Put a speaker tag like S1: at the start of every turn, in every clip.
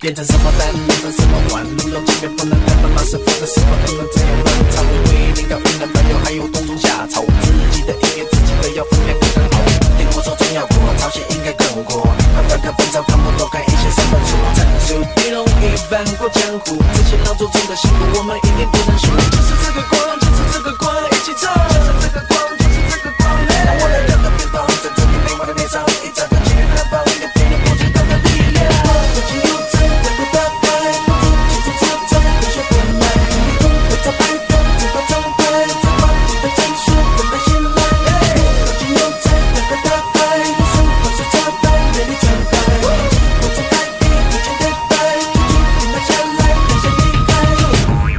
S1: 变成什么单，变成什么玩，路由器别不能太笨，老是放的是否很能这样乱吵？因为灵感变的朋友还有冬虫夏草，自己的音乐自己的要分量更好。听我说中药国，朝鲜应该更国，翻翻看本草纲目，多看一些三本书，战术一龙一翻过江湖，这些劳作中的辛苦，我们一定不能输。就是这个光，就是这个光，一起唱。就是这个光，就是这个光，让我来让它变棒，在这里没我的内伤，一张个情人的包，一个别人不知道的力量。不仅有真，能够打败，不足其中成长，不学不卖，一路我在摆动，走到成败，再把你的战术等待信赖。不仅有真，能够打败，无数我是战败，魅力全开，我在摆地，不见对白，结局停了下来，留下遗憾。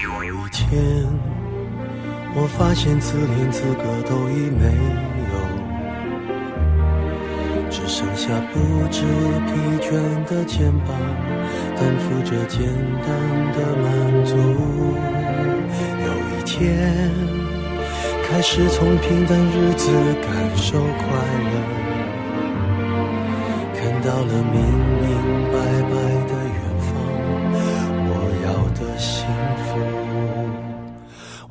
S2: 有一天，我发现自怜资格都已没有，只剩下不知疲倦的肩膀，担负着简单的满足。有一天，开始从平淡日子感受快乐，看到了明明白白的远方，我要的幸福。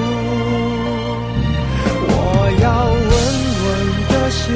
S2: 我要稳稳的幸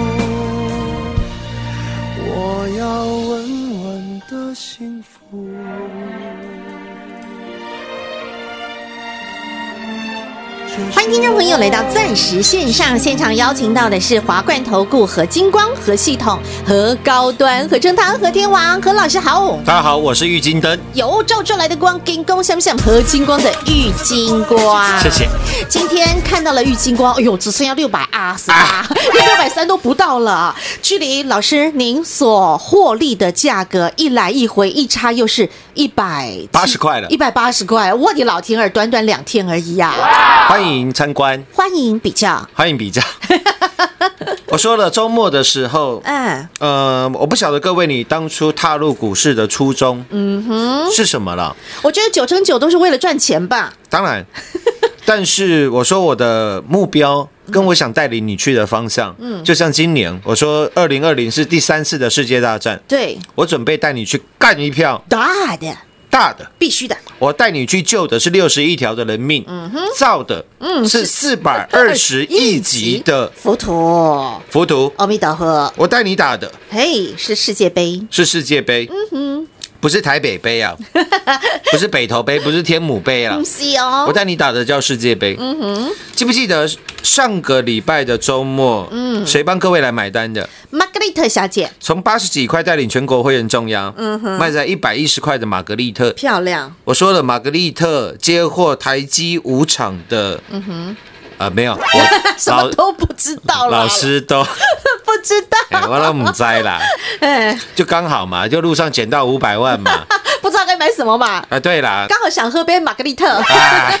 S2: 我要稳稳的幸福。
S3: 欢迎听众朋友来到钻石线上现场，邀请到的是华冠投顾和金光和系统和高端和正堂和天王何老师好。
S4: 大家好，我是郁金灯，
S3: 有照出来的光，金光像不像和金光的玉金光？
S4: 谢谢。
S3: 今天看到了玉金光，哎呦，只剩下六百二十
S4: 啊
S3: 八， 六百三都不到了，距离老师您所获利的价格一来一回一差又是一百
S4: 80块了
S3: 一百八十块，我的老天儿，短短两天而已呀、
S4: 欢迎参观，
S3: 欢迎比较，
S4: 欢迎比 价。我说了，周末的时候，
S3: 嗯，
S4: 呃，我不晓得各位你当初踏入股市的初衷，嗯哼，是什么了？
S3: 我觉得九成九都是为了赚钱吧。
S4: 当然， 但是我说我的目标跟我想带领你去的方向，嗯，就像今年我说二零二零是第三次的世界大战，
S3: 对，
S4: 我准备带你去干一票
S3: 大的
S4: 大的。
S3: 必须的，
S4: 我带你去救的是六十一条的人命，造的是四百二十亿级的
S3: 佛陀，
S4: 浮屠。
S3: 阿弥陀佛，
S4: 我带你打的
S3: 嘿，是世界杯，
S4: 是世界杯，不是台北杯啊，不是北投杯，不是天母杯啊
S3: 不，是哦，
S4: 我带你打的叫世界杯。记不记得上个礼拜的周末，谁帮各位来买单的？
S3: 玛格丽特小姐
S4: 从八十几块带领全国会员重压，卖在一百一十块的玛格丽特，
S3: 漂亮，
S4: 我说了，玛格丽特接获台积五厂的，嗯哼，啊、没有，我
S3: 什么都不知道啦
S4: 老师都，
S3: 不知道，
S4: 哎我都唔知啦，
S3: 哎，
S4: 就刚好嘛，就路上捡到五百万嘛，
S3: 不知道该买什么嘛，
S4: 啊，对啦，
S3: 刚好想喝杯玛格丽特，
S4: 啊，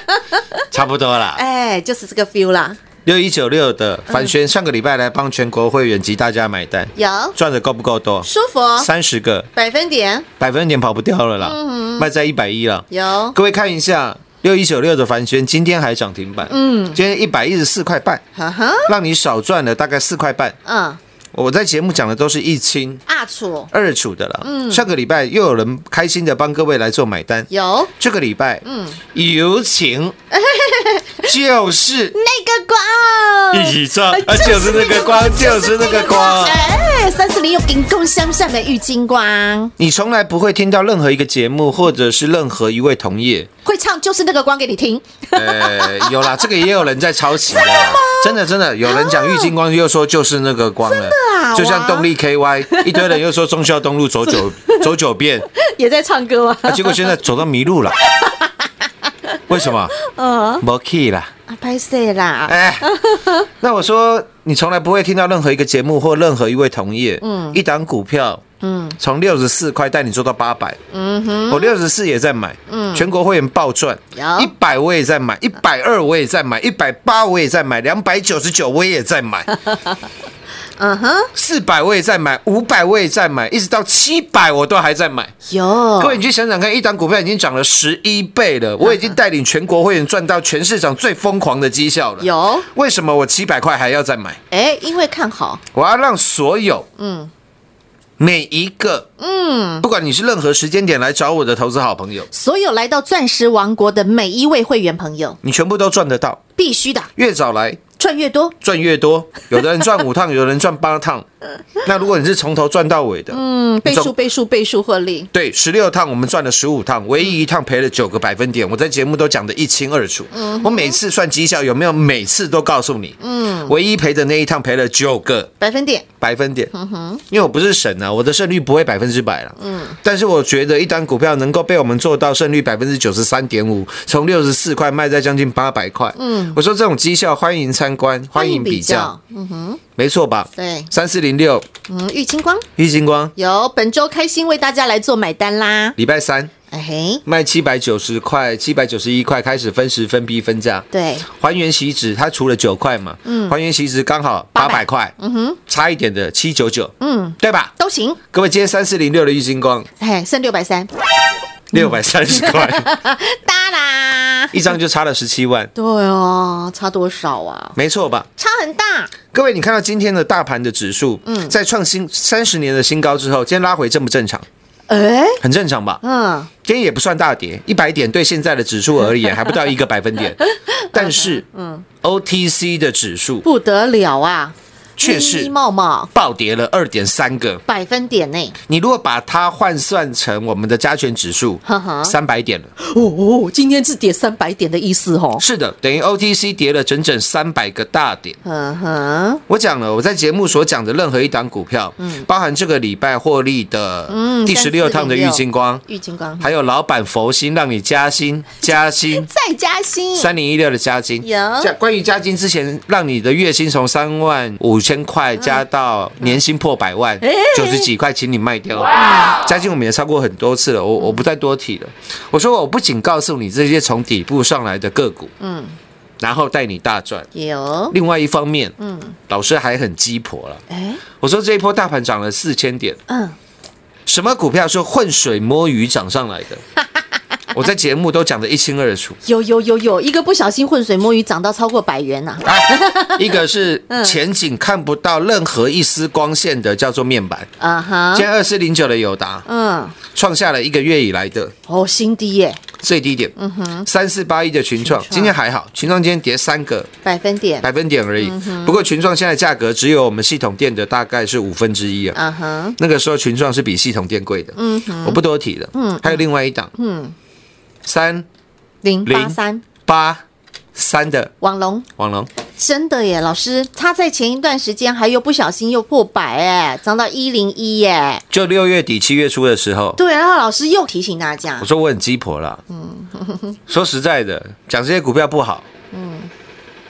S4: 差不多啦，
S3: 哎，就是这个 feel 啦，
S4: 六一九六的凡轩上个礼拜来帮全国会员及大家买单，
S3: 嗯有
S4: 赚的够不够多？
S3: 舒服，哦
S4: 三十个
S3: 百分点
S4: 百分点跑不掉了啦，卖在一百一了。
S3: 嗯有，
S4: 各位看一下，六一九六的凡轩今天还涨停板，嗯，今天一百一十四块半，
S3: 哈哈，
S4: 让你少赚了大概四块半。
S3: 嗯，
S4: 我在节目讲的都是一清
S3: 阿楚
S4: 二楚的了，嗯，上个礼拜又有人开心的帮各位来做买单，
S3: 有
S4: 这个礼拜，嗯，有 请，就是
S3: 那个哎光，
S4: 一张，啊就是那个光，就是那个光。
S3: 哎，三四零又给共相向的郁金光，
S4: 你从来不会听到任何一个节目，或者是任何一位同业，
S3: 会唱就是那个光给你听，
S4: 呃，有啦，这个也有人在抄袭的啦，真的真的，有人讲郁金光又说就是那个光了，
S3: 啊
S4: 就像
S3: 哇
S4: 动力 KY，一堆人又说忠孝东路走九走九遍，
S3: 也在唱歌吗？
S4: 啊，结果现在走到迷路了，为什么？
S3: 嗯，
S4: 没 key 啦。
S3: 啊，拍谁啦？
S4: 哎，那我说你从来不会听到任何一个节目或任何一位同业，嗯，一档股票，嗯，从六十四块带你做到八百，嗯哼，我六十四也在买，嗯，全国会员暴赚，
S3: 有
S4: 一百我也在买，一百二我也在买，一百八我也在买，两百九十九我也在 买，
S3: 嗯哼，
S4: 四百我也在买，五百我也在买，一直到七百我都还在买。各
S3: 有
S4: 位，你去想想看，一档股票已经涨了十一倍了，我已经带领全国会员赚到全市场最疯狂的绩效了。
S3: 有，
S4: 为什么我七百块还要再买？
S3: 哎，因为看好，
S4: 我要让所有嗯每一个嗯，不管你是任何时间点来找我的投资好朋友，
S3: 所有来到钻石王国的每一位会员朋友，
S4: 你全部都赚得到。
S3: 必须的，
S4: 越早来
S3: 赚越多，
S4: 赚越多，有的人赚五趟，有的人赚八 趟。那如果你是从头赚到尾的，嗯，
S3: 倍数倍数倍数获利，
S4: 对，十六趟我们赚了十五趟，唯一一趟赔了九个百分点，我在节目都讲得一清二楚。我每次算绩效有没有，每次都告诉你。嗯，唯一赔的那一趟赔了九个
S3: 百分点，
S4: 百分点，因为我不是神啊，我的胜率不会百分之百了，嗯，但是我觉得一单股票能够被我们做到胜率百分之九十三点五，从六十四块卖在将近八百块，嗯，我说这种绩效欢迎参观，欢迎比较，，没错吧？
S3: 对
S4: 三四零六
S3: 嗯，郁金光
S4: 郁金光，
S3: 有本周开心为大家来做买单啦，
S4: 礼拜三
S3: 哎嘿，
S4: 卖七百九十块，七百九十一块开始分时分批分价，
S3: 对，
S4: 还原席值它除了九块嘛，嗯，还原席值刚好八百块，嗯哼，差一点的七九九，嗯，对吧？
S3: 都行，
S4: 各位，今天三四零六的郁金光。
S3: 哎，剩六百三，
S4: 六百三十 块，
S3: 哒啦，
S4: 一张就差了十七万，
S3: 对哦，差多少啊？
S4: 没错吧？
S3: 差很大，
S4: 各位，你看到今天的大盘的指数，嗯，在创新三十年的新高之后，今天拉回正不正常？
S3: 哎，
S4: 很正常吧？
S3: 嗯，
S4: 今天也不算大跌，一百点对现在的指数而言还不到一个百分 点，但是，嗯，OTC 的指数
S3: 不得了啊，
S4: 却是
S3: 咪咪冒冒
S4: 暴跌了二点三个。
S3: 百分点内，
S4: 你如果把它换算成我们的加权指数
S3: 呵，呵
S4: 三百点了，
S3: 哦，今天是跌三百点的意思哦，
S4: 是的，等于 OTC 跌了整整三百个大点。
S3: 嗯哼，
S4: 我讲了，我在节目所讲的任何一档股票，
S3: 嗯
S4: 包含这个礼拜获利的第十六趟的郁金光，
S3: 郁金光
S4: 还有老板佛心让你加薪，加薪
S3: 再加薪，
S4: 三零一六的加薪。
S3: 有
S4: 加关于加薪之前，让你的月薪从三万五千块加到年薪破百万，九十几块，请你卖掉。加薪我们也超过很多次了，我我不再多提了。我说我不仅告诉你这些从底部上来的个股，嗯，然后带你大赚。
S3: 有，
S4: 另外一方面，嗯，老师还很鸡婆了。
S3: 哎，
S4: 我说这一波大盘涨了四千点，
S3: 嗯，
S4: 什么股票是浑水摸鱼涨上来的？ 我在节目都讲得一清二楚。
S3: 有有有有，一个不小心浑水摸鱼涨到超过百元呐、
S4: 啊， 一个是前景看不到任何一丝光线的，叫做面板。
S3: 啊，哈
S4: 今，天二四零九的友达
S3: 嗯，
S4: 创下了一个月以来的
S3: 哦，新低耶，
S4: 最低点，三四八一的嗯群创，嗯今天还好，群创今天跌三个
S3: 百分点，
S4: 百分点而已。不过群创现在价格只有我们系统店的大概是五分之一啊。
S3: 啊哈，
S4: 那个时候群创是比系统店贵的，嗯，我不多提了，嗯，还有另外一档，嗯，三
S3: 零八
S4: 零
S3: 三，
S4: 八三的
S3: 网龙
S4: 网龙，
S3: 真的耶，老师，他在前一段时间还有不小心又破百哎，涨到一零一耶，
S4: 就六月底七月初的时候，
S3: 对，然后老师又提醒大家
S4: 我，说我很鸡婆啦，嗯， 说实在的，讲这些股票不好，嗯，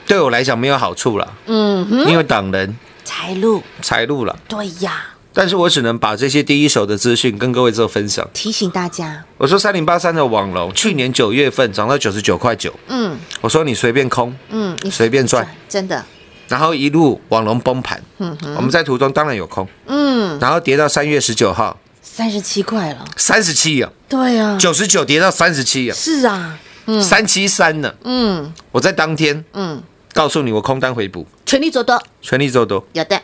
S4: 对我来讲没有好处啦，
S3: 嗯哼，
S4: 因为挡人
S3: 财路，
S4: 财路啦，
S3: 对呀，
S4: 但是我只能把这些第一手的资讯跟各位做分享。
S3: 提醒大家，
S4: 我说三零八三的网龙，去年九月份涨到九十九块九，
S3: 嗯
S4: 我说你随便空，
S3: 嗯，你
S4: 随便赚，
S3: 真的，
S4: 然后一路网龙崩盘，我们在途中当然有空，
S3: 嗯，
S4: 然后跌到三月十九号
S3: 三十七块了，
S4: 三十七啊，
S3: 对呀、啊，
S4: 九十九跌到三十七啊，
S3: 是啊，
S4: 三七三呢，
S3: 嗯
S4: 我在当天
S3: 嗯，
S4: 告诉你我空单回补，
S3: 全力做多，
S4: 全力做多，
S3: 有的，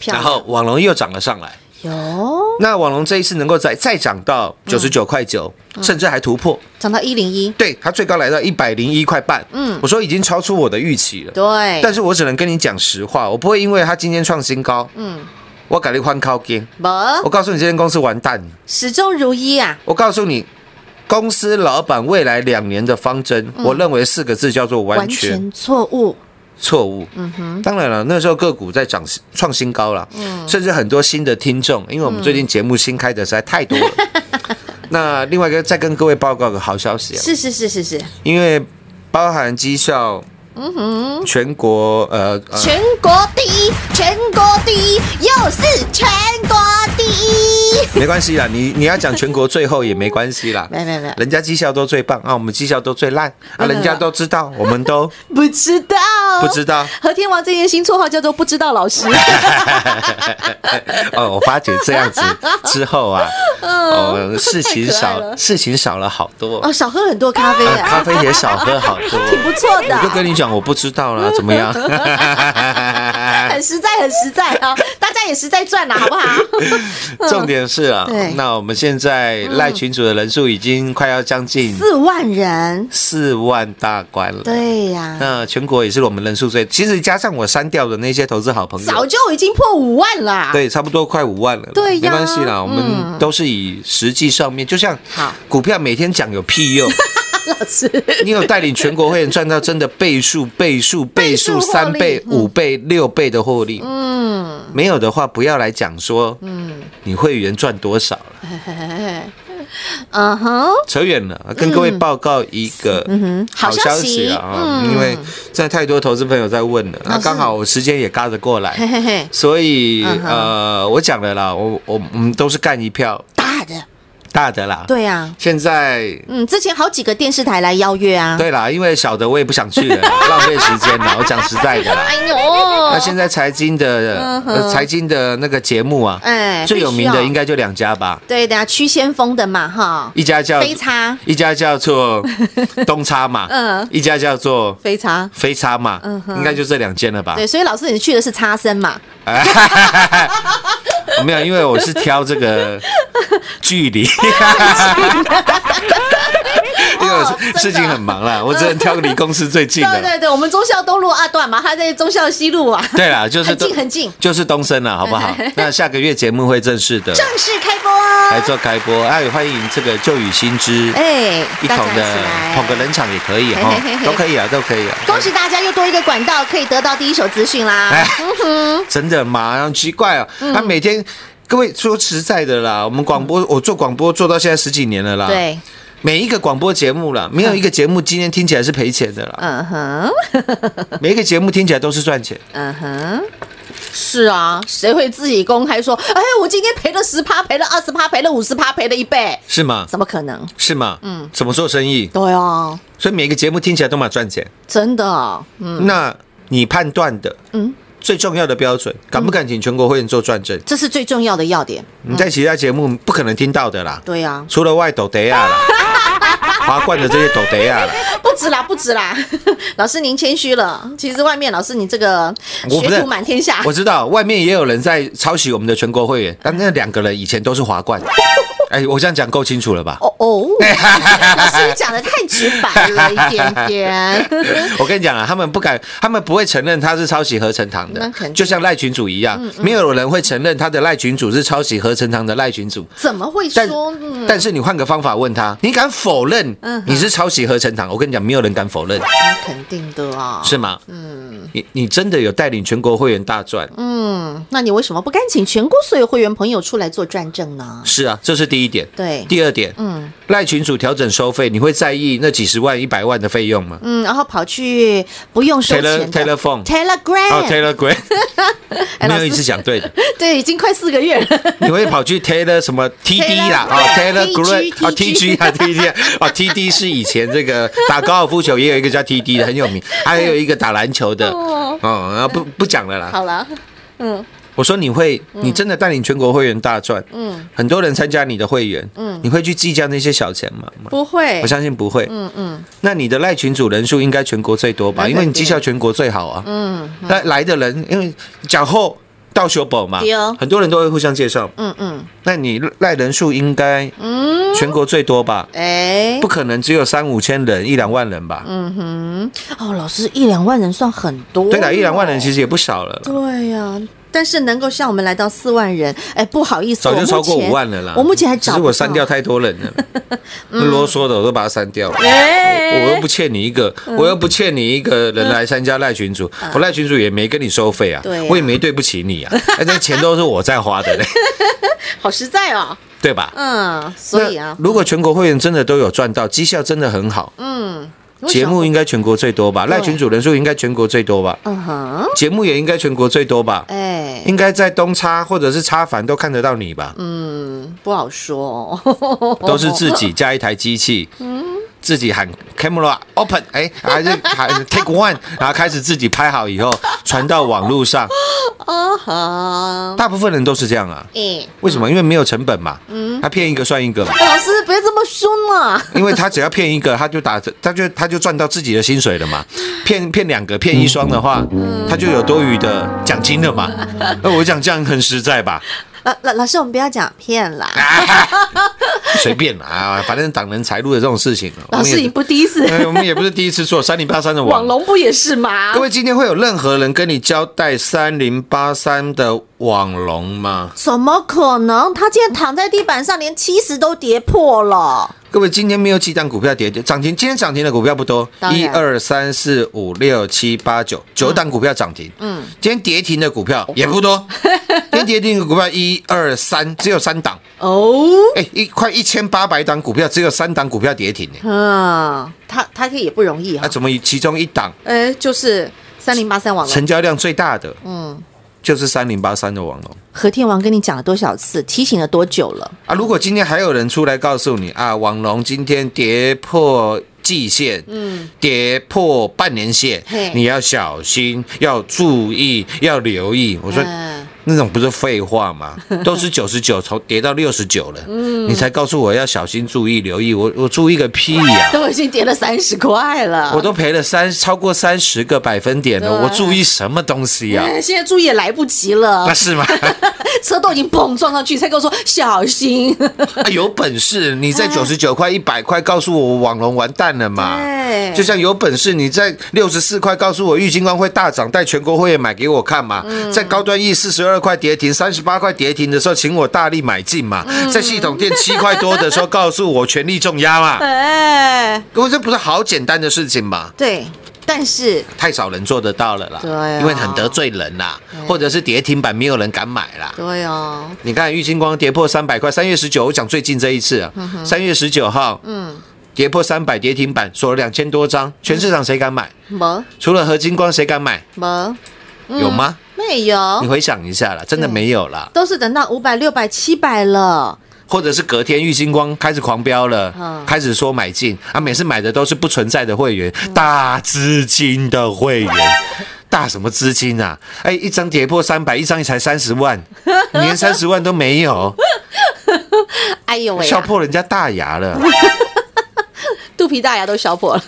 S3: 漂
S4: 然
S3: 亮，
S4: 后网龙又涨了上来。
S3: 有
S4: 那网龙这一次能够再再涨到
S3: 嗯
S4: 九十九块九，甚至还突破，
S3: 涨到一零一，
S4: 对它最高来到一百零一块半。
S3: 嗯
S4: 我说已经超出我的预期了。
S3: 对，
S4: 但是我只能跟你讲实话，我不会因为它今天创新高，
S3: 嗯，
S4: 我改立换靠边。
S3: 不，
S4: 我告诉你，这间公司完蛋了。
S3: 始终如一啊，
S4: 我告诉你，公司老板未来两年的方针，
S3: 嗯
S4: 我认为四个字叫做完
S3: 完
S4: 全
S3: 全错误，
S4: 错误。嗯哼，当然了，那时候个股在涨创新高了，
S3: 嗯
S4: 甚至很多新的听众，因为我们最近节目新开的实在太多了。 那另外一个再跟各位报告个好消息啊，
S3: 嗯是是是是是，
S4: 因为包含绩效，嗯哼，全国呃呃
S3: 全国第一，全国第一，又是全国第一，，
S4: 没关系啦，你你要讲全国最后也没关系啦
S3: 没没没
S4: 人家绩效都最棒啊，我们绩效都最烂啊，人家都知道，我们都
S3: 不知道，
S4: 不 知道。
S3: 和天王这件新绰号叫做不知道老 师，
S4: 哦，我发觉这样子之后啊，哦，事情
S3: 嗯太可爱了
S4: 少，事情少了好多，
S3: 哦，少喝很多咖啡
S4: 啊
S3: 啊，
S4: 咖啡也少喝好 多。
S3: 挺不错的
S4: 我就跟
S3: 啊。
S4: 你讲，我不知道 啦，怎么样？
S3: 很实在，很实在 啊！大家也实在赚了，好不好？
S4: 重点是啊
S3: 对，
S4: 那我们现在赖群主的人数已经快要将近
S3: 四万人，
S4: 四万大关了。
S3: 对啊呀、
S4: 那全国也是我们人数最，其实加上我删掉的那些投资好朋
S3: 早
S4: 友，
S3: 就已经破五万啦。，
S4: 对，差不多快五万了啦。
S3: 对呀
S4: 没关系啦，我
S3: 嗯
S4: 们都是以实际上面，就像
S3: 好
S4: 股票每天讲有屁用，
S3: 老师，
S4: 你有带领全国会员赚到真的倍数、倍数、倍
S3: 倍数获
S4: 数、
S3: 利
S4: 三倍、
S3: 嗯
S4: 五倍、六倍的获利，
S3: 嗯
S4: 没有的话不要来讲说
S3: 嗯，
S4: 你会员赚多少了，
S3: 嘿嘿嘿嘿嗯哼，
S4: 扯远了。跟各位报告一个
S3: 嗯哼好
S4: 好消
S3: 消息
S4: 息啊啊，
S3: 嗯
S4: 因为现在太多投资朋友在问了，那
S3: 老师
S4: 刚好我时间也嘎得过来
S3: 嘿。嘿嘿，
S4: 所以、
S3: 嗯哼
S4: 呃，我讲了啦，我我我们都是干一票
S3: 大的，
S4: 大的啦。，
S3: 对呀、
S4: 现在
S3: 嗯，之前好几个电视台来邀约啊。
S4: 对啦，因为小的我也不想去了，浪费时间啦。 我讲实在的啦，
S3: 哎呦，
S4: 那现在财经的、
S3: 嗯哼
S4: 呃财经的那个节目啊，
S3: 哎
S4: 最有名的应
S3: 该
S4: 该就两家吧，
S3: 对的啊，曲先锋的嘛哈，
S4: 一家叫
S3: 飞叉，
S4: 一家 叫做东差嘛，
S3: 嗯
S4: 一家叫做
S3: 非常。
S4: 飞差嘛，
S3: 嗯哼
S4: 应该就这两间了吧？
S3: 对，所以老师你去的是差生嘛？
S4: 没有，因为我是挑这 个距离。因为
S3: 哦
S4: 我
S3: 真的
S4: 事情很忙啦，我只能挑离公司最近
S3: 对
S4: 的。
S3: 对对，我们中校东路二段嘛，他在中校西路啊，
S4: 对啦，就是
S3: 很
S4: 东
S3: 近很近，
S4: 就是东升了，好不 好？那下个月节目会正式的
S3: 正式开播。
S4: 来做开播，哎，欢迎这个旧雨新知
S3: 哎，
S4: 一
S3: 大
S4: 同
S3: 家一起
S4: 的
S3: 来
S4: 捧个冷场也 可以
S3: 嘿嘿
S4: 哈
S3: 嘿，
S4: 都可以啊，都可以啊。
S3: 恭喜大家又多一个管道可以得到第一手资讯啦。
S4: 哎
S3: 嗯哼，
S4: 真的吗？很奇怪哦，
S3: 嗯
S4: 他每天。各位说实在的啦，我们广播，我做广播做到现在十几年了啦。，
S3: 对，
S4: 每一个广播节目啦，没有一个节目今天听起来是赔钱的啦，
S3: 嗯哼，
S4: 每一个节目听起来都是赚钱。
S3: 嗯哼。是啊，谁会自己公开说？哎，我今天赔了十趴，赔了二十趴，赔了五十趴，赔了一倍，
S4: 是吗？
S3: 怎么可能？
S4: 是吗？嗯，怎么做生意？
S3: 对啊，
S4: 所以每个节目听起来都蛮赚钱。
S3: 真的，嗯，
S4: 那你判断的，
S3: 嗯
S4: 嗯，最重要的标准，敢不敢请全国会员做转正？
S3: 这是最重要的要点。
S4: 你在其他节目不可能听到的啦，
S3: 对啊，
S4: 除了外斗德 亚啦，华冠的这些斗德亚啦，
S3: 不止啦，不止啦， 老师您谦虚了。其实外面老师你这个
S4: 我不
S3: 学
S4: 是
S3: 徒满天下，
S4: 我知道外面也有人在抄袭我们的全国会员，但那两个人以前都是华 冠。哎，我这样讲够清楚了吧？
S3: 哦哦，老师你讲的太直白了一点点。
S4: 我跟你讲啊，他们不敢，他们不会承认他是抄袭合成堂
S3: 那
S4: 的
S3: 肯定，嗯
S4: 就像赖群主一样，没有人会承认他的赖群主是抄袭合成堂的赖群主。
S3: 怎么会
S4: 但
S3: 说？嗯，
S4: 但是你换个方法问他，你敢否认
S3: 嗯哼
S4: 你是抄袭合成堂？我跟你讲，没有人敢否认，
S3: 那肯定的啊。
S4: 是吗？嗯，你你真的有带领全国会员大赚？
S3: 嗯，那你为什么不敢请全国所有会员朋友出来做转正呢？
S4: 是啊，这是第一点。
S3: 对，
S4: 第二点，
S3: 嗯
S4: 赖群主调整收费，你会在意那几十万、一百万的费用吗？
S3: 嗯，然后跑去不用收钱
S4: Taylor
S3: 的
S4: Telephone，哦
S3: Telegram，
S4: ，Taylor Grant，
S3: 哎
S4: 没
S3: 老
S4: 有
S3: 师
S4: 一次讲对的，
S3: 对，已经快四个月了。
S4: 你会跑去 Taylor 什么 TD 啦，哦
S3: Taylor
S4: ，Taylor Grant，
S3: TG
S4: 哦 TG 啊 TG 啊哦 TD 是以前这个打高尔夫球也有一个叫 TD 的很有名，还有一个打篮球的， 啊
S3: 哦
S4: 哦，然后不不讲了啦，
S3: 好了，嗯，
S4: 我说你会，你真的带领全国会员大赚，嗯，很多人参加你的会员，嗯，你会去计较那些小钱吗？
S3: 不会
S4: 我，相信不会，嗯嗯。那你的赖群主人数应该全国最多吧？
S3: 对
S4: 因为你绩效全国最好啊，嗯。那来的人，因为讲后到修宝嘛
S3: 对哦，
S4: 很多人都会互相介绍，
S3: 嗯嗯，
S4: 那你赖人数应该，嗯，全国最多吧？
S3: 哎嗯
S4: 不，可能只有三五千人、一两万人吧？
S3: 哦，老师一两万人算很多，
S4: 对的，一两万人其。实也不少了。
S3: 对呀、但是能够像我们来到四万人，哎，不好意思，
S4: 早
S3: 我
S4: 就
S3: 目
S4: 超过
S3: 前
S4: 五万了啦。
S3: 我目前还
S4: 只
S3: 找
S4: 是
S3: 不到
S4: 我删掉太多人 了，那啰嗦的我都把它删掉了。
S3: 哎
S4: 我又不欠你一个，
S3: 嗯
S4: 我又不欠你一个人来参加赖群主，我赖群主也没跟你收费啊
S3: 对啊，
S4: 我也没对不起你 啊，哎那钱都是我在花的嘞，
S3: 好实在哦，
S4: 对吧？
S3: 嗯，所以啊嗯
S4: 那，如果全国会员真的都有赚到，绩效真的很好，
S3: 为什
S4: 节
S3: 么
S4: 目应该全国最多吧？赖群主人数应该全国最多吧？
S3: 嗯哼，
S4: 节目也应该全国最多吧？
S3: 哎，
S4: 应该在东差或者是差凡都看得到你吧？
S3: 不好说、 哦，
S4: 都是自己加一台机器，自己喊 camera open，哎，还是 还 take one，然后开始自己拍好以后传到网络上，
S3: 啊哈，
S4: 大部分人都是这样啊。
S3: 哎，
S4: 为什么？因为没有成本嘛，
S3: 嗯
S4: 他骗一个算一个嘛，
S3: 老师别这么凶啊嘛，
S4: 因为他只要骗一个，他就打， 他就他就赚到自己的薪水了嘛。骗骗两个，骗一双的话，
S3: 嗯
S4: 他就有多余的奖金 了嘛。那我讲这样很实在吧？
S3: 老老老师，我们不要讲骗啦，
S4: 啊随便啦啊，反正挡人财路的这种事情，
S3: 老
S4: 我们也
S3: 师你不第一次，
S4: 哎我们也不是第一次做三零八三 的
S3: 网
S4: 网
S3: 龙不也是吗
S4: 各？位，今天会有任何人跟你交代三零八三的网龙吗？
S3: 怎么可能？他竟然躺在地板上，连七十都跌破了。
S4: 各位，今天没有几档股票跌涨停，今天涨停的股票不多，
S3: 当然
S4: 一二三四五六七八九九档股票涨停。嗯，今天跌停的股票也不多，今天跌停的股票一二三，只有三档。
S3: 哦，
S4: 哎、一快一千八百档股票，只有三档股票跌停呢、
S3: 嗯，他他这也不容易
S4: 那、
S3: 哈、
S4: 怎么其中一档
S3: 哎、就是三零八三网龙
S4: 成交量最大的，
S3: 嗯
S4: 嗯，就是三零八三的网龙？
S3: 和天王跟你讲了多少次，提醒了多久了？
S4: 啊，如果今天还有人出来告诉你啊，网龙今天跌破季线，嗯，跌破半年线
S3: 嘿，
S4: 你要小心，要注意，要留意。我说、
S3: 嗯
S4: 那种不是废话吗？都是九十九，从跌到六十九了，嗯，你才告诉我要小心注意留意，我我注意个屁呀、
S3: 都已经跌了三十块了，
S4: 我都赔了三超过三十个百分点了，我注意什么东西呀、
S3: 哎现在注意也来不及了
S4: 那，是吗？
S3: 车都已经砰撞上去，才跟我说小心。
S4: 啊，有本事你
S3: 嗯
S4: 在九十九块、一百块告诉我网龙完蛋了嘛？
S3: 对
S4: 就像有本事你在六十四块告诉我玉金光会大涨，带全国会员买给我看嘛？
S3: 嗯
S4: 在高端 E 四十二块跌停、三十八块跌停的时候，请我大力买进嘛？
S3: 嗯
S4: 在系统店七块多的时候，告诉我全力重压嘛？
S3: 哎，
S4: 各位，这不是好简单的事情吗？
S3: 对，但是
S4: 太少人做得到了啦，
S3: 对啊
S4: 因为很得罪人啦，或者是跌停板没有人敢买啦。
S3: 对哦，
S4: 你看玉金光跌破三百块，三月十九，我讲最近这一次啊，三、月十九号，嗯，跌破三百跌停板，锁了两千多张，全市场谁敢买？
S3: 没
S4: 除了合金光，谁敢买？
S3: 没
S4: 有吗？
S3: 没
S4: 你
S3: 有，
S4: 回想一下啦，真的没有啦，
S3: 都是等到五百、六百、七百了。
S4: 或者是隔天玉金光开始狂飙了，
S3: 嗯
S4: 开始说买进啊，每次买的都是不存在的会员，大资金的会员。大什么资金啊？哎，一张跌破三百，一张才三十万，你连三十万都没有，
S3: 哎呦喂、
S4: 笑
S3: 啊，
S4: 破人家大牙了。
S3: 肚皮大牙都消破了。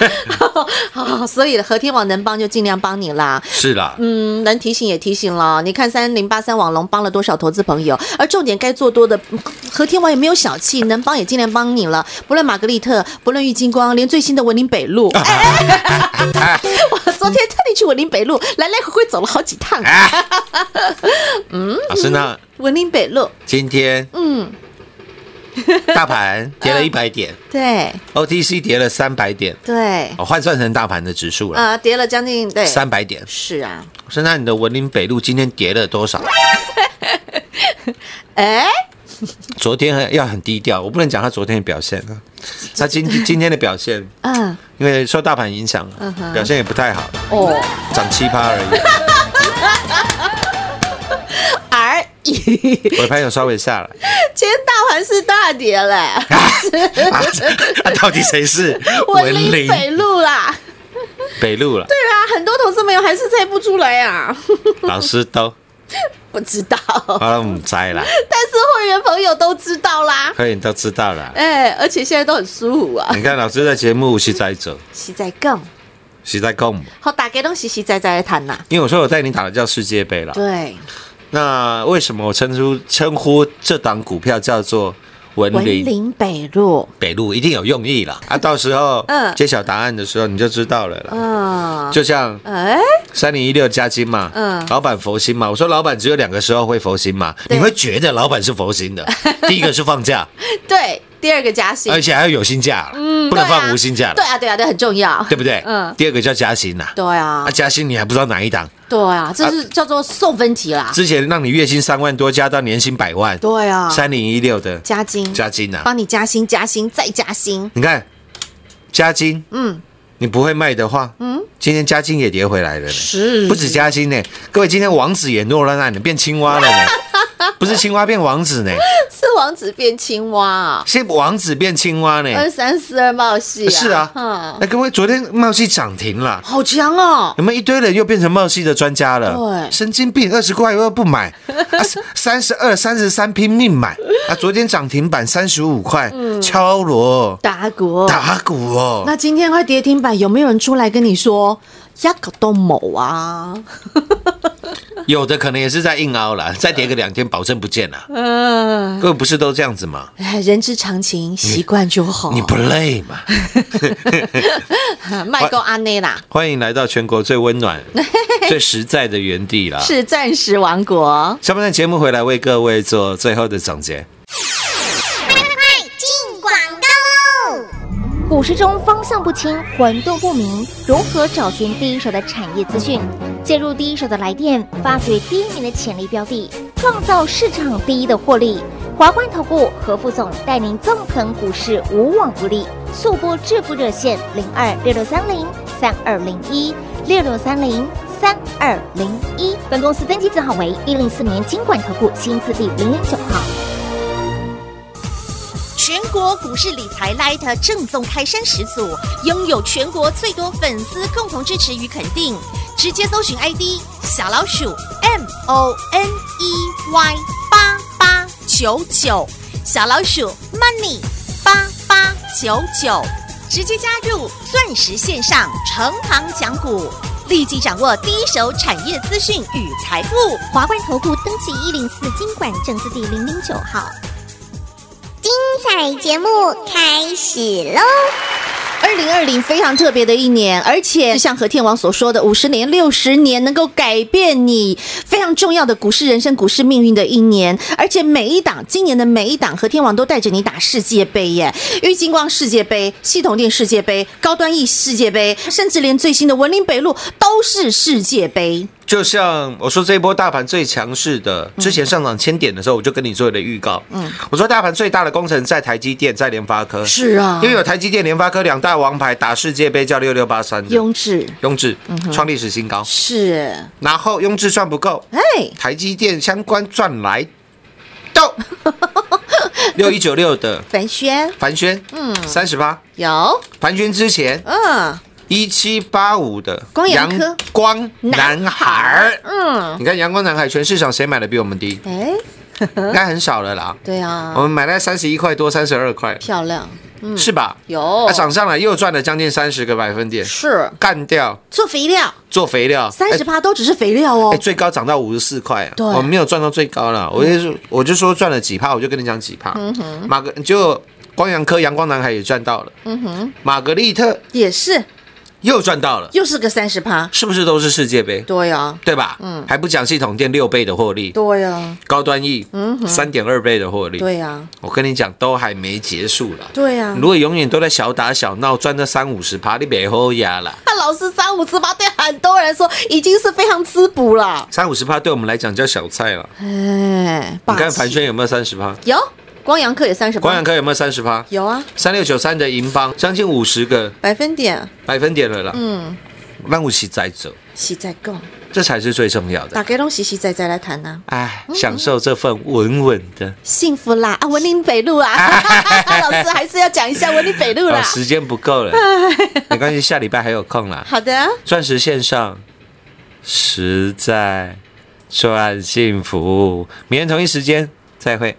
S3: 好，所以和天网能帮就尽量帮你啦。
S4: 是啦，
S3: 嗯，能提醒也提醒了。你看三零八三网龙帮了多少投资朋友，而重点该做多的，嗯和天王也没有小气，能帮也尽量帮你了。不论玛格丽特，不论郁金光，连最新的文林北路，哎哎哎哎 我昨天特地去文林北路，来来回回走了好几趟。
S4: 嗯老师呢？
S3: 文林北路，
S4: 今天
S3: 嗯，
S4: 大盘跌了一百点
S3: 对
S4: ，OTC 跌了三百点，
S3: 对，
S4: 哦，换算成大盘的指数了，
S3: 啊、跌了将近对
S4: 三百点。
S3: 是啊，
S4: 是那你的文林北路今天跌了多少？
S3: 哎，
S4: 昨天很要很低调，我不能讲他昨天的表现啊，他今 今天的表现，
S3: 嗯，
S4: 因为受大盘影响
S3: 嗯哼，
S4: 表现也不太好，
S3: 哦，
S4: 涨七趴而 已。
S3: 而已。
S4: 尾盘有稍微下来，
S3: 今天大盘是大跌嘞，
S4: 啊，啊到底谁是
S3: 文林北路啦。
S4: 北路了？
S3: 对啊，很多投资朋友还是猜不出来啊。
S4: 老师都
S3: 不知 道，但
S4: 啊，我们摘啦，
S3: 是会员朋友都知道啦。
S4: 可以都知道啦。
S3: 哎，而且现在都很舒服啊，
S4: 你看老师的节目是在走，
S3: 实在更
S4: 是在共，
S3: 好，大家都实实在在的谈呐。
S4: 因为我说我带你打的叫世界杯啦。
S3: 对，
S4: 那为什么我称呼称呼这档股票叫做文
S3: 文
S4: 林
S3: 林北路，
S4: 北路？一定有用意啦。啊，到时候
S3: 嗯
S4: 揭晓答案的时候你就知道了啦。
S3: 嗯，
S4: 就像
S3: 哎，
S4: 三零一六加金嘛，
S3: 嗯
S4: 老板佛心嘛，我说老板只有两个时候会佛心嘛，
S3: 对
S4: 你会觉得老板是佛 心的，第一个是放假，
S3: 对，第二个加薪，
S4: 而且还要有薪假，
S3: 嗯
S4: 不能
S3: 对啊
S4: 放无薪假
S3: 对
S4: 了，
S3: 啊，对啊，这很重要，
S4: 对不对？
S3: 嗯
S4: 第二个叫加薪呐，
S3: 对啊
S4: 啊，，加薪你还不知道哪一档，
S3: 对啊，这是叫做送分题啦。
S4: 之前让你月薪三万多加到年薪百万，
S3: 啊对啊，
S4: 三零一六的
S3: 加薪，
S4: 加啊薪呐，
S3: 帮你加薪，加薪再加薪，
S4: 你看加薪，
S3: 嗯，
S4: 你不会卖的话，嗯，今天加薪也跌回来了呢。
S3: 是
S4: 不止加薪呢，各位，今天王子也落到那里，变青蛙了 呢，不是青蛙变王子呢，
S3: 是王子变青蛙啊，
S4: 是王子变青蛙呢。
S3: 二三四二冒戏呃啊，
S4: 哎是啊，
S3: 嗯，
S4: 那各位，昨天茂系涨停了，
S3: 好强哦，
S4: 有没有一堆人又变成茂系的专家了？
S3: 对
S4: 神经病，二十块又不 买，啊，三十二、三十三拼命买啊！昨天涨停板三十五块，敲锣
S3: 打鼓，
S4: 打鼓哦。
S3: 嗯那今天快跌停板，有没有人出来跟你说压个都某啊？
S4: 有的可能也是在硬凹了，再跌个两天，保证不见了。
S3: 嗯，
S4: 各位不是都这样子吗？
S3: 哎人之常情，习惯就好。嗯
S4: 你不累吗？
S3: 卖够安内啦，
S4: 欢迎来到全国最 温暖、最实在的原地啦。
S3: 是钻石王国。
S4: 下半段节目回来为各位做最后的总结。
S5: 进广告喽！股市中方向不清、混沌不明，如何找寻第一手的产业资讯？介入第一手的来电，发掘第一名的潜力标的，创造市场第一的获利。华冠投顾何副总带领纵横股市，无往不利。速播致富热线零二六六三零三二零一六六三零三二零一。本公司登记字号为一零四年经管投顾新字第零零九号。
S6: 全国股市理财 Light 正宗开山始祖，拥有全国最多粉丝共同支持与肯定。直接搜寻 ID 小老鼠 M O N E Y 八八九九，小老鼠 Money 八八九九，直接加入钻石线上成堂讲股，立即掌握第一手产业资讯与财富。
S5: 华冠投顾登记一零四经管证字第零零九号。精彩节目开始喽！
S3: 二零二零非常特别的一年，而且像和天王所说的，五十年、六十年能够改变你非常重要的股市人生、股市命运的一年。而且每一档，今年的每一档，和天王都带着你打世界杯耶！郁金光世界杯、系统店世界杯、高端 E 世界杯，甚至连最新的文林北路都是世界杯。
S4: 就像我说这一波大盘最强势的，之前上涨千点的时候，我就跟你做了预告。嗯，我说大盘最大的工程在台积电，在联发科，
S3: 是啊
S4: 因为有台积电、联发科两大王牌打世界杯，叫六六八三的
S3: 雍智
S4: 雍智创历史新高，
S3: 嗯是，
S4: 然后雍智赚不够，
S3: 哎，
S4: 台积电相关赚来 到六一九六的
S3: 凡轩
S4: 凡轩，嗯，三十八，
S3: 有，
S4: 凡轩之前
S3: 嗯
S4: 一七八五的
S3: 光阳科
S4: 阳光男孩，
S3: 嗯，
S4: 你看阳光男孩全市场谁买的比我们低？
S3: 哎，
S4: 应该很少了啦。
S3: 对啊
S4: 我，们买在三十一块多、三十二块，
S3: 漂亮，嗯，
S4: 是吧？
S3: 有
S4: 它涨上来又赚了将近三十个百分点，
S3: 是
S4: 干掉
S3: 做肥料，
S4: 做肥料，
S3: 三十
S4: 哎。
S3: 趴都只是肥料哦。
S4: 哎，最高涨到五十四块啊！
S3: 对嗯
S4: 我们没有赚到最高了，我就说我就说赚了几趴，我就跟你讲几趴。马格就光阳科阳光男孩也赚到了，
S3: 嗯哼，
S4: 玛格丽特
S3: 也是，
S4: 又赚到了，
S3: 又是个三十趴。
S4: 是不是都是世界杯？
S3: 对呀，
S4: 对吧？
S3: 嗯
S4: 还不讲系统店六倍的获利，
S3: 对呀，
S4: 高端 E
S3: 嗯哼
S4: 三点二倍的获利。
S3: 对呀，
S4: 我跟你讲，都还没结束了。
S3: 对啊呀
S4: 如。果永远都在小打小闹，赚那三五十趴，你别好呀啦。
S3: 他老师三五十八对很多人来说已经是非常滋补了。
S4: 三五十趴对我们来讲叫小菜了。
S3: 哎，
S4: 你
S3: 霸
S4: 看
S3: 气
S4: 凡轩有没有三十趴？
S3: 有光阳课也三十八，
S4: 光阳科有没有三十趴？
S3: 有啊，
S4: 三六九三的银邦将近五十个
S3: 百分点，
S4: 百分点了啦。
S3: 嗯，
S4: 让我起再走，
S3: 实在够，
S4: 这才是最重要的
S3: 大。家都实实在在来谈呐、
S4: 哎，享受这份稳稳的。
S3: 幸福啦啊，文林北路 啊，老师还是要讲一下文林北路啦嗯
S4: 啊，。 时间不够了，没关系，下礼拜还有空啦。
S3: 好的，
S4: 钻石线上实在算幸福。明天同一时间再会。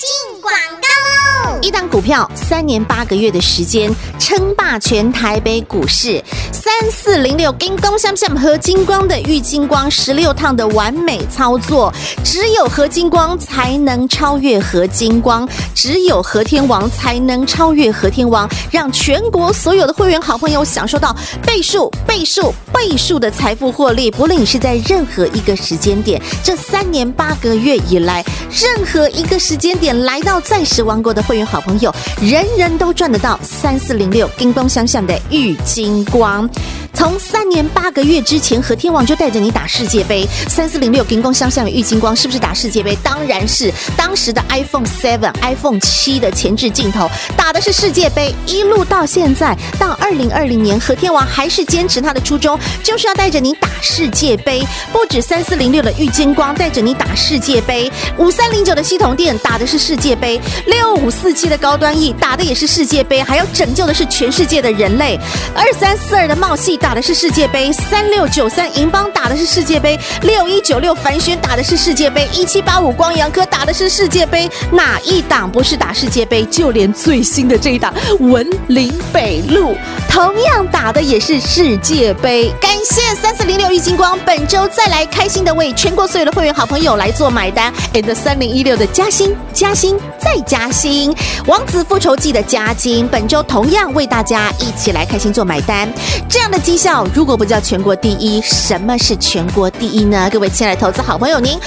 S5: 进广告喽！
S6: 一档股票三年八个月的时间称霸全台北股市，三四零六金光相向和金光的玉金光十六趟的完美操作，只有和金光才能超越和金光，只有和天王才能超越和天王，让全国所有的会员好朋友享受到倍数、倍数、倍数的财富获利。不论你是在任何一个时间点，这三年八个月以来，任何一个时间点来到钻石王国的会员好朋友，人人都赚得到三四零六叮咚相向的玉金光。从三年八个月之前，和天王就带着你打世界杯，三四零六叮咚相向的玉金光是不是打世界杯？当然是，当时的 iPhone Seven、iPhone 七的前置镜头打的是世界杯，一路到现在到二零二零年，和天王还是坚持他的初衷，就是要带着你打世界杯。不止三四零六的玉金光带着你打世界杯，五三零九的系统店打的是世界杯，六五四七的高端 E 打的也是世界杯，还要拯救的是全世界的人类。二三四二的茂系打的是世界杯，三六九三银邦打的是世界杯，六一九六凡轩打的是世界杯，一七八五光阳科打的是世界杯。哪一档不是打世界杯？就连最新的这一档文林北路，同样打的也是世界杯。感谢三四零六玉金光，本周再来开心的为全国所有的会员好朋友来做买单。and 三零一六的加薪、加薪再加薪，王子复仇记的加薪，本周同样为大家一起来开心做买单。这样的绩效如果不叫全国第一，什么是全国第一呢？各位亲爱的投资好朋友您，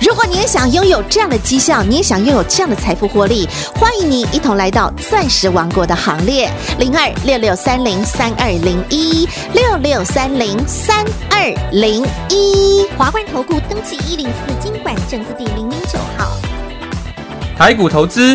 S6: 如果你也想拥有这样的绩效，你也想拥有这样的财富获利，欢迎您一同来到钻石王国的行列，零二六六三零三二零一六六三零三二零一。
S5: 华冠投顾登记一零四经管证字第零零九号。
S7: 台股投资，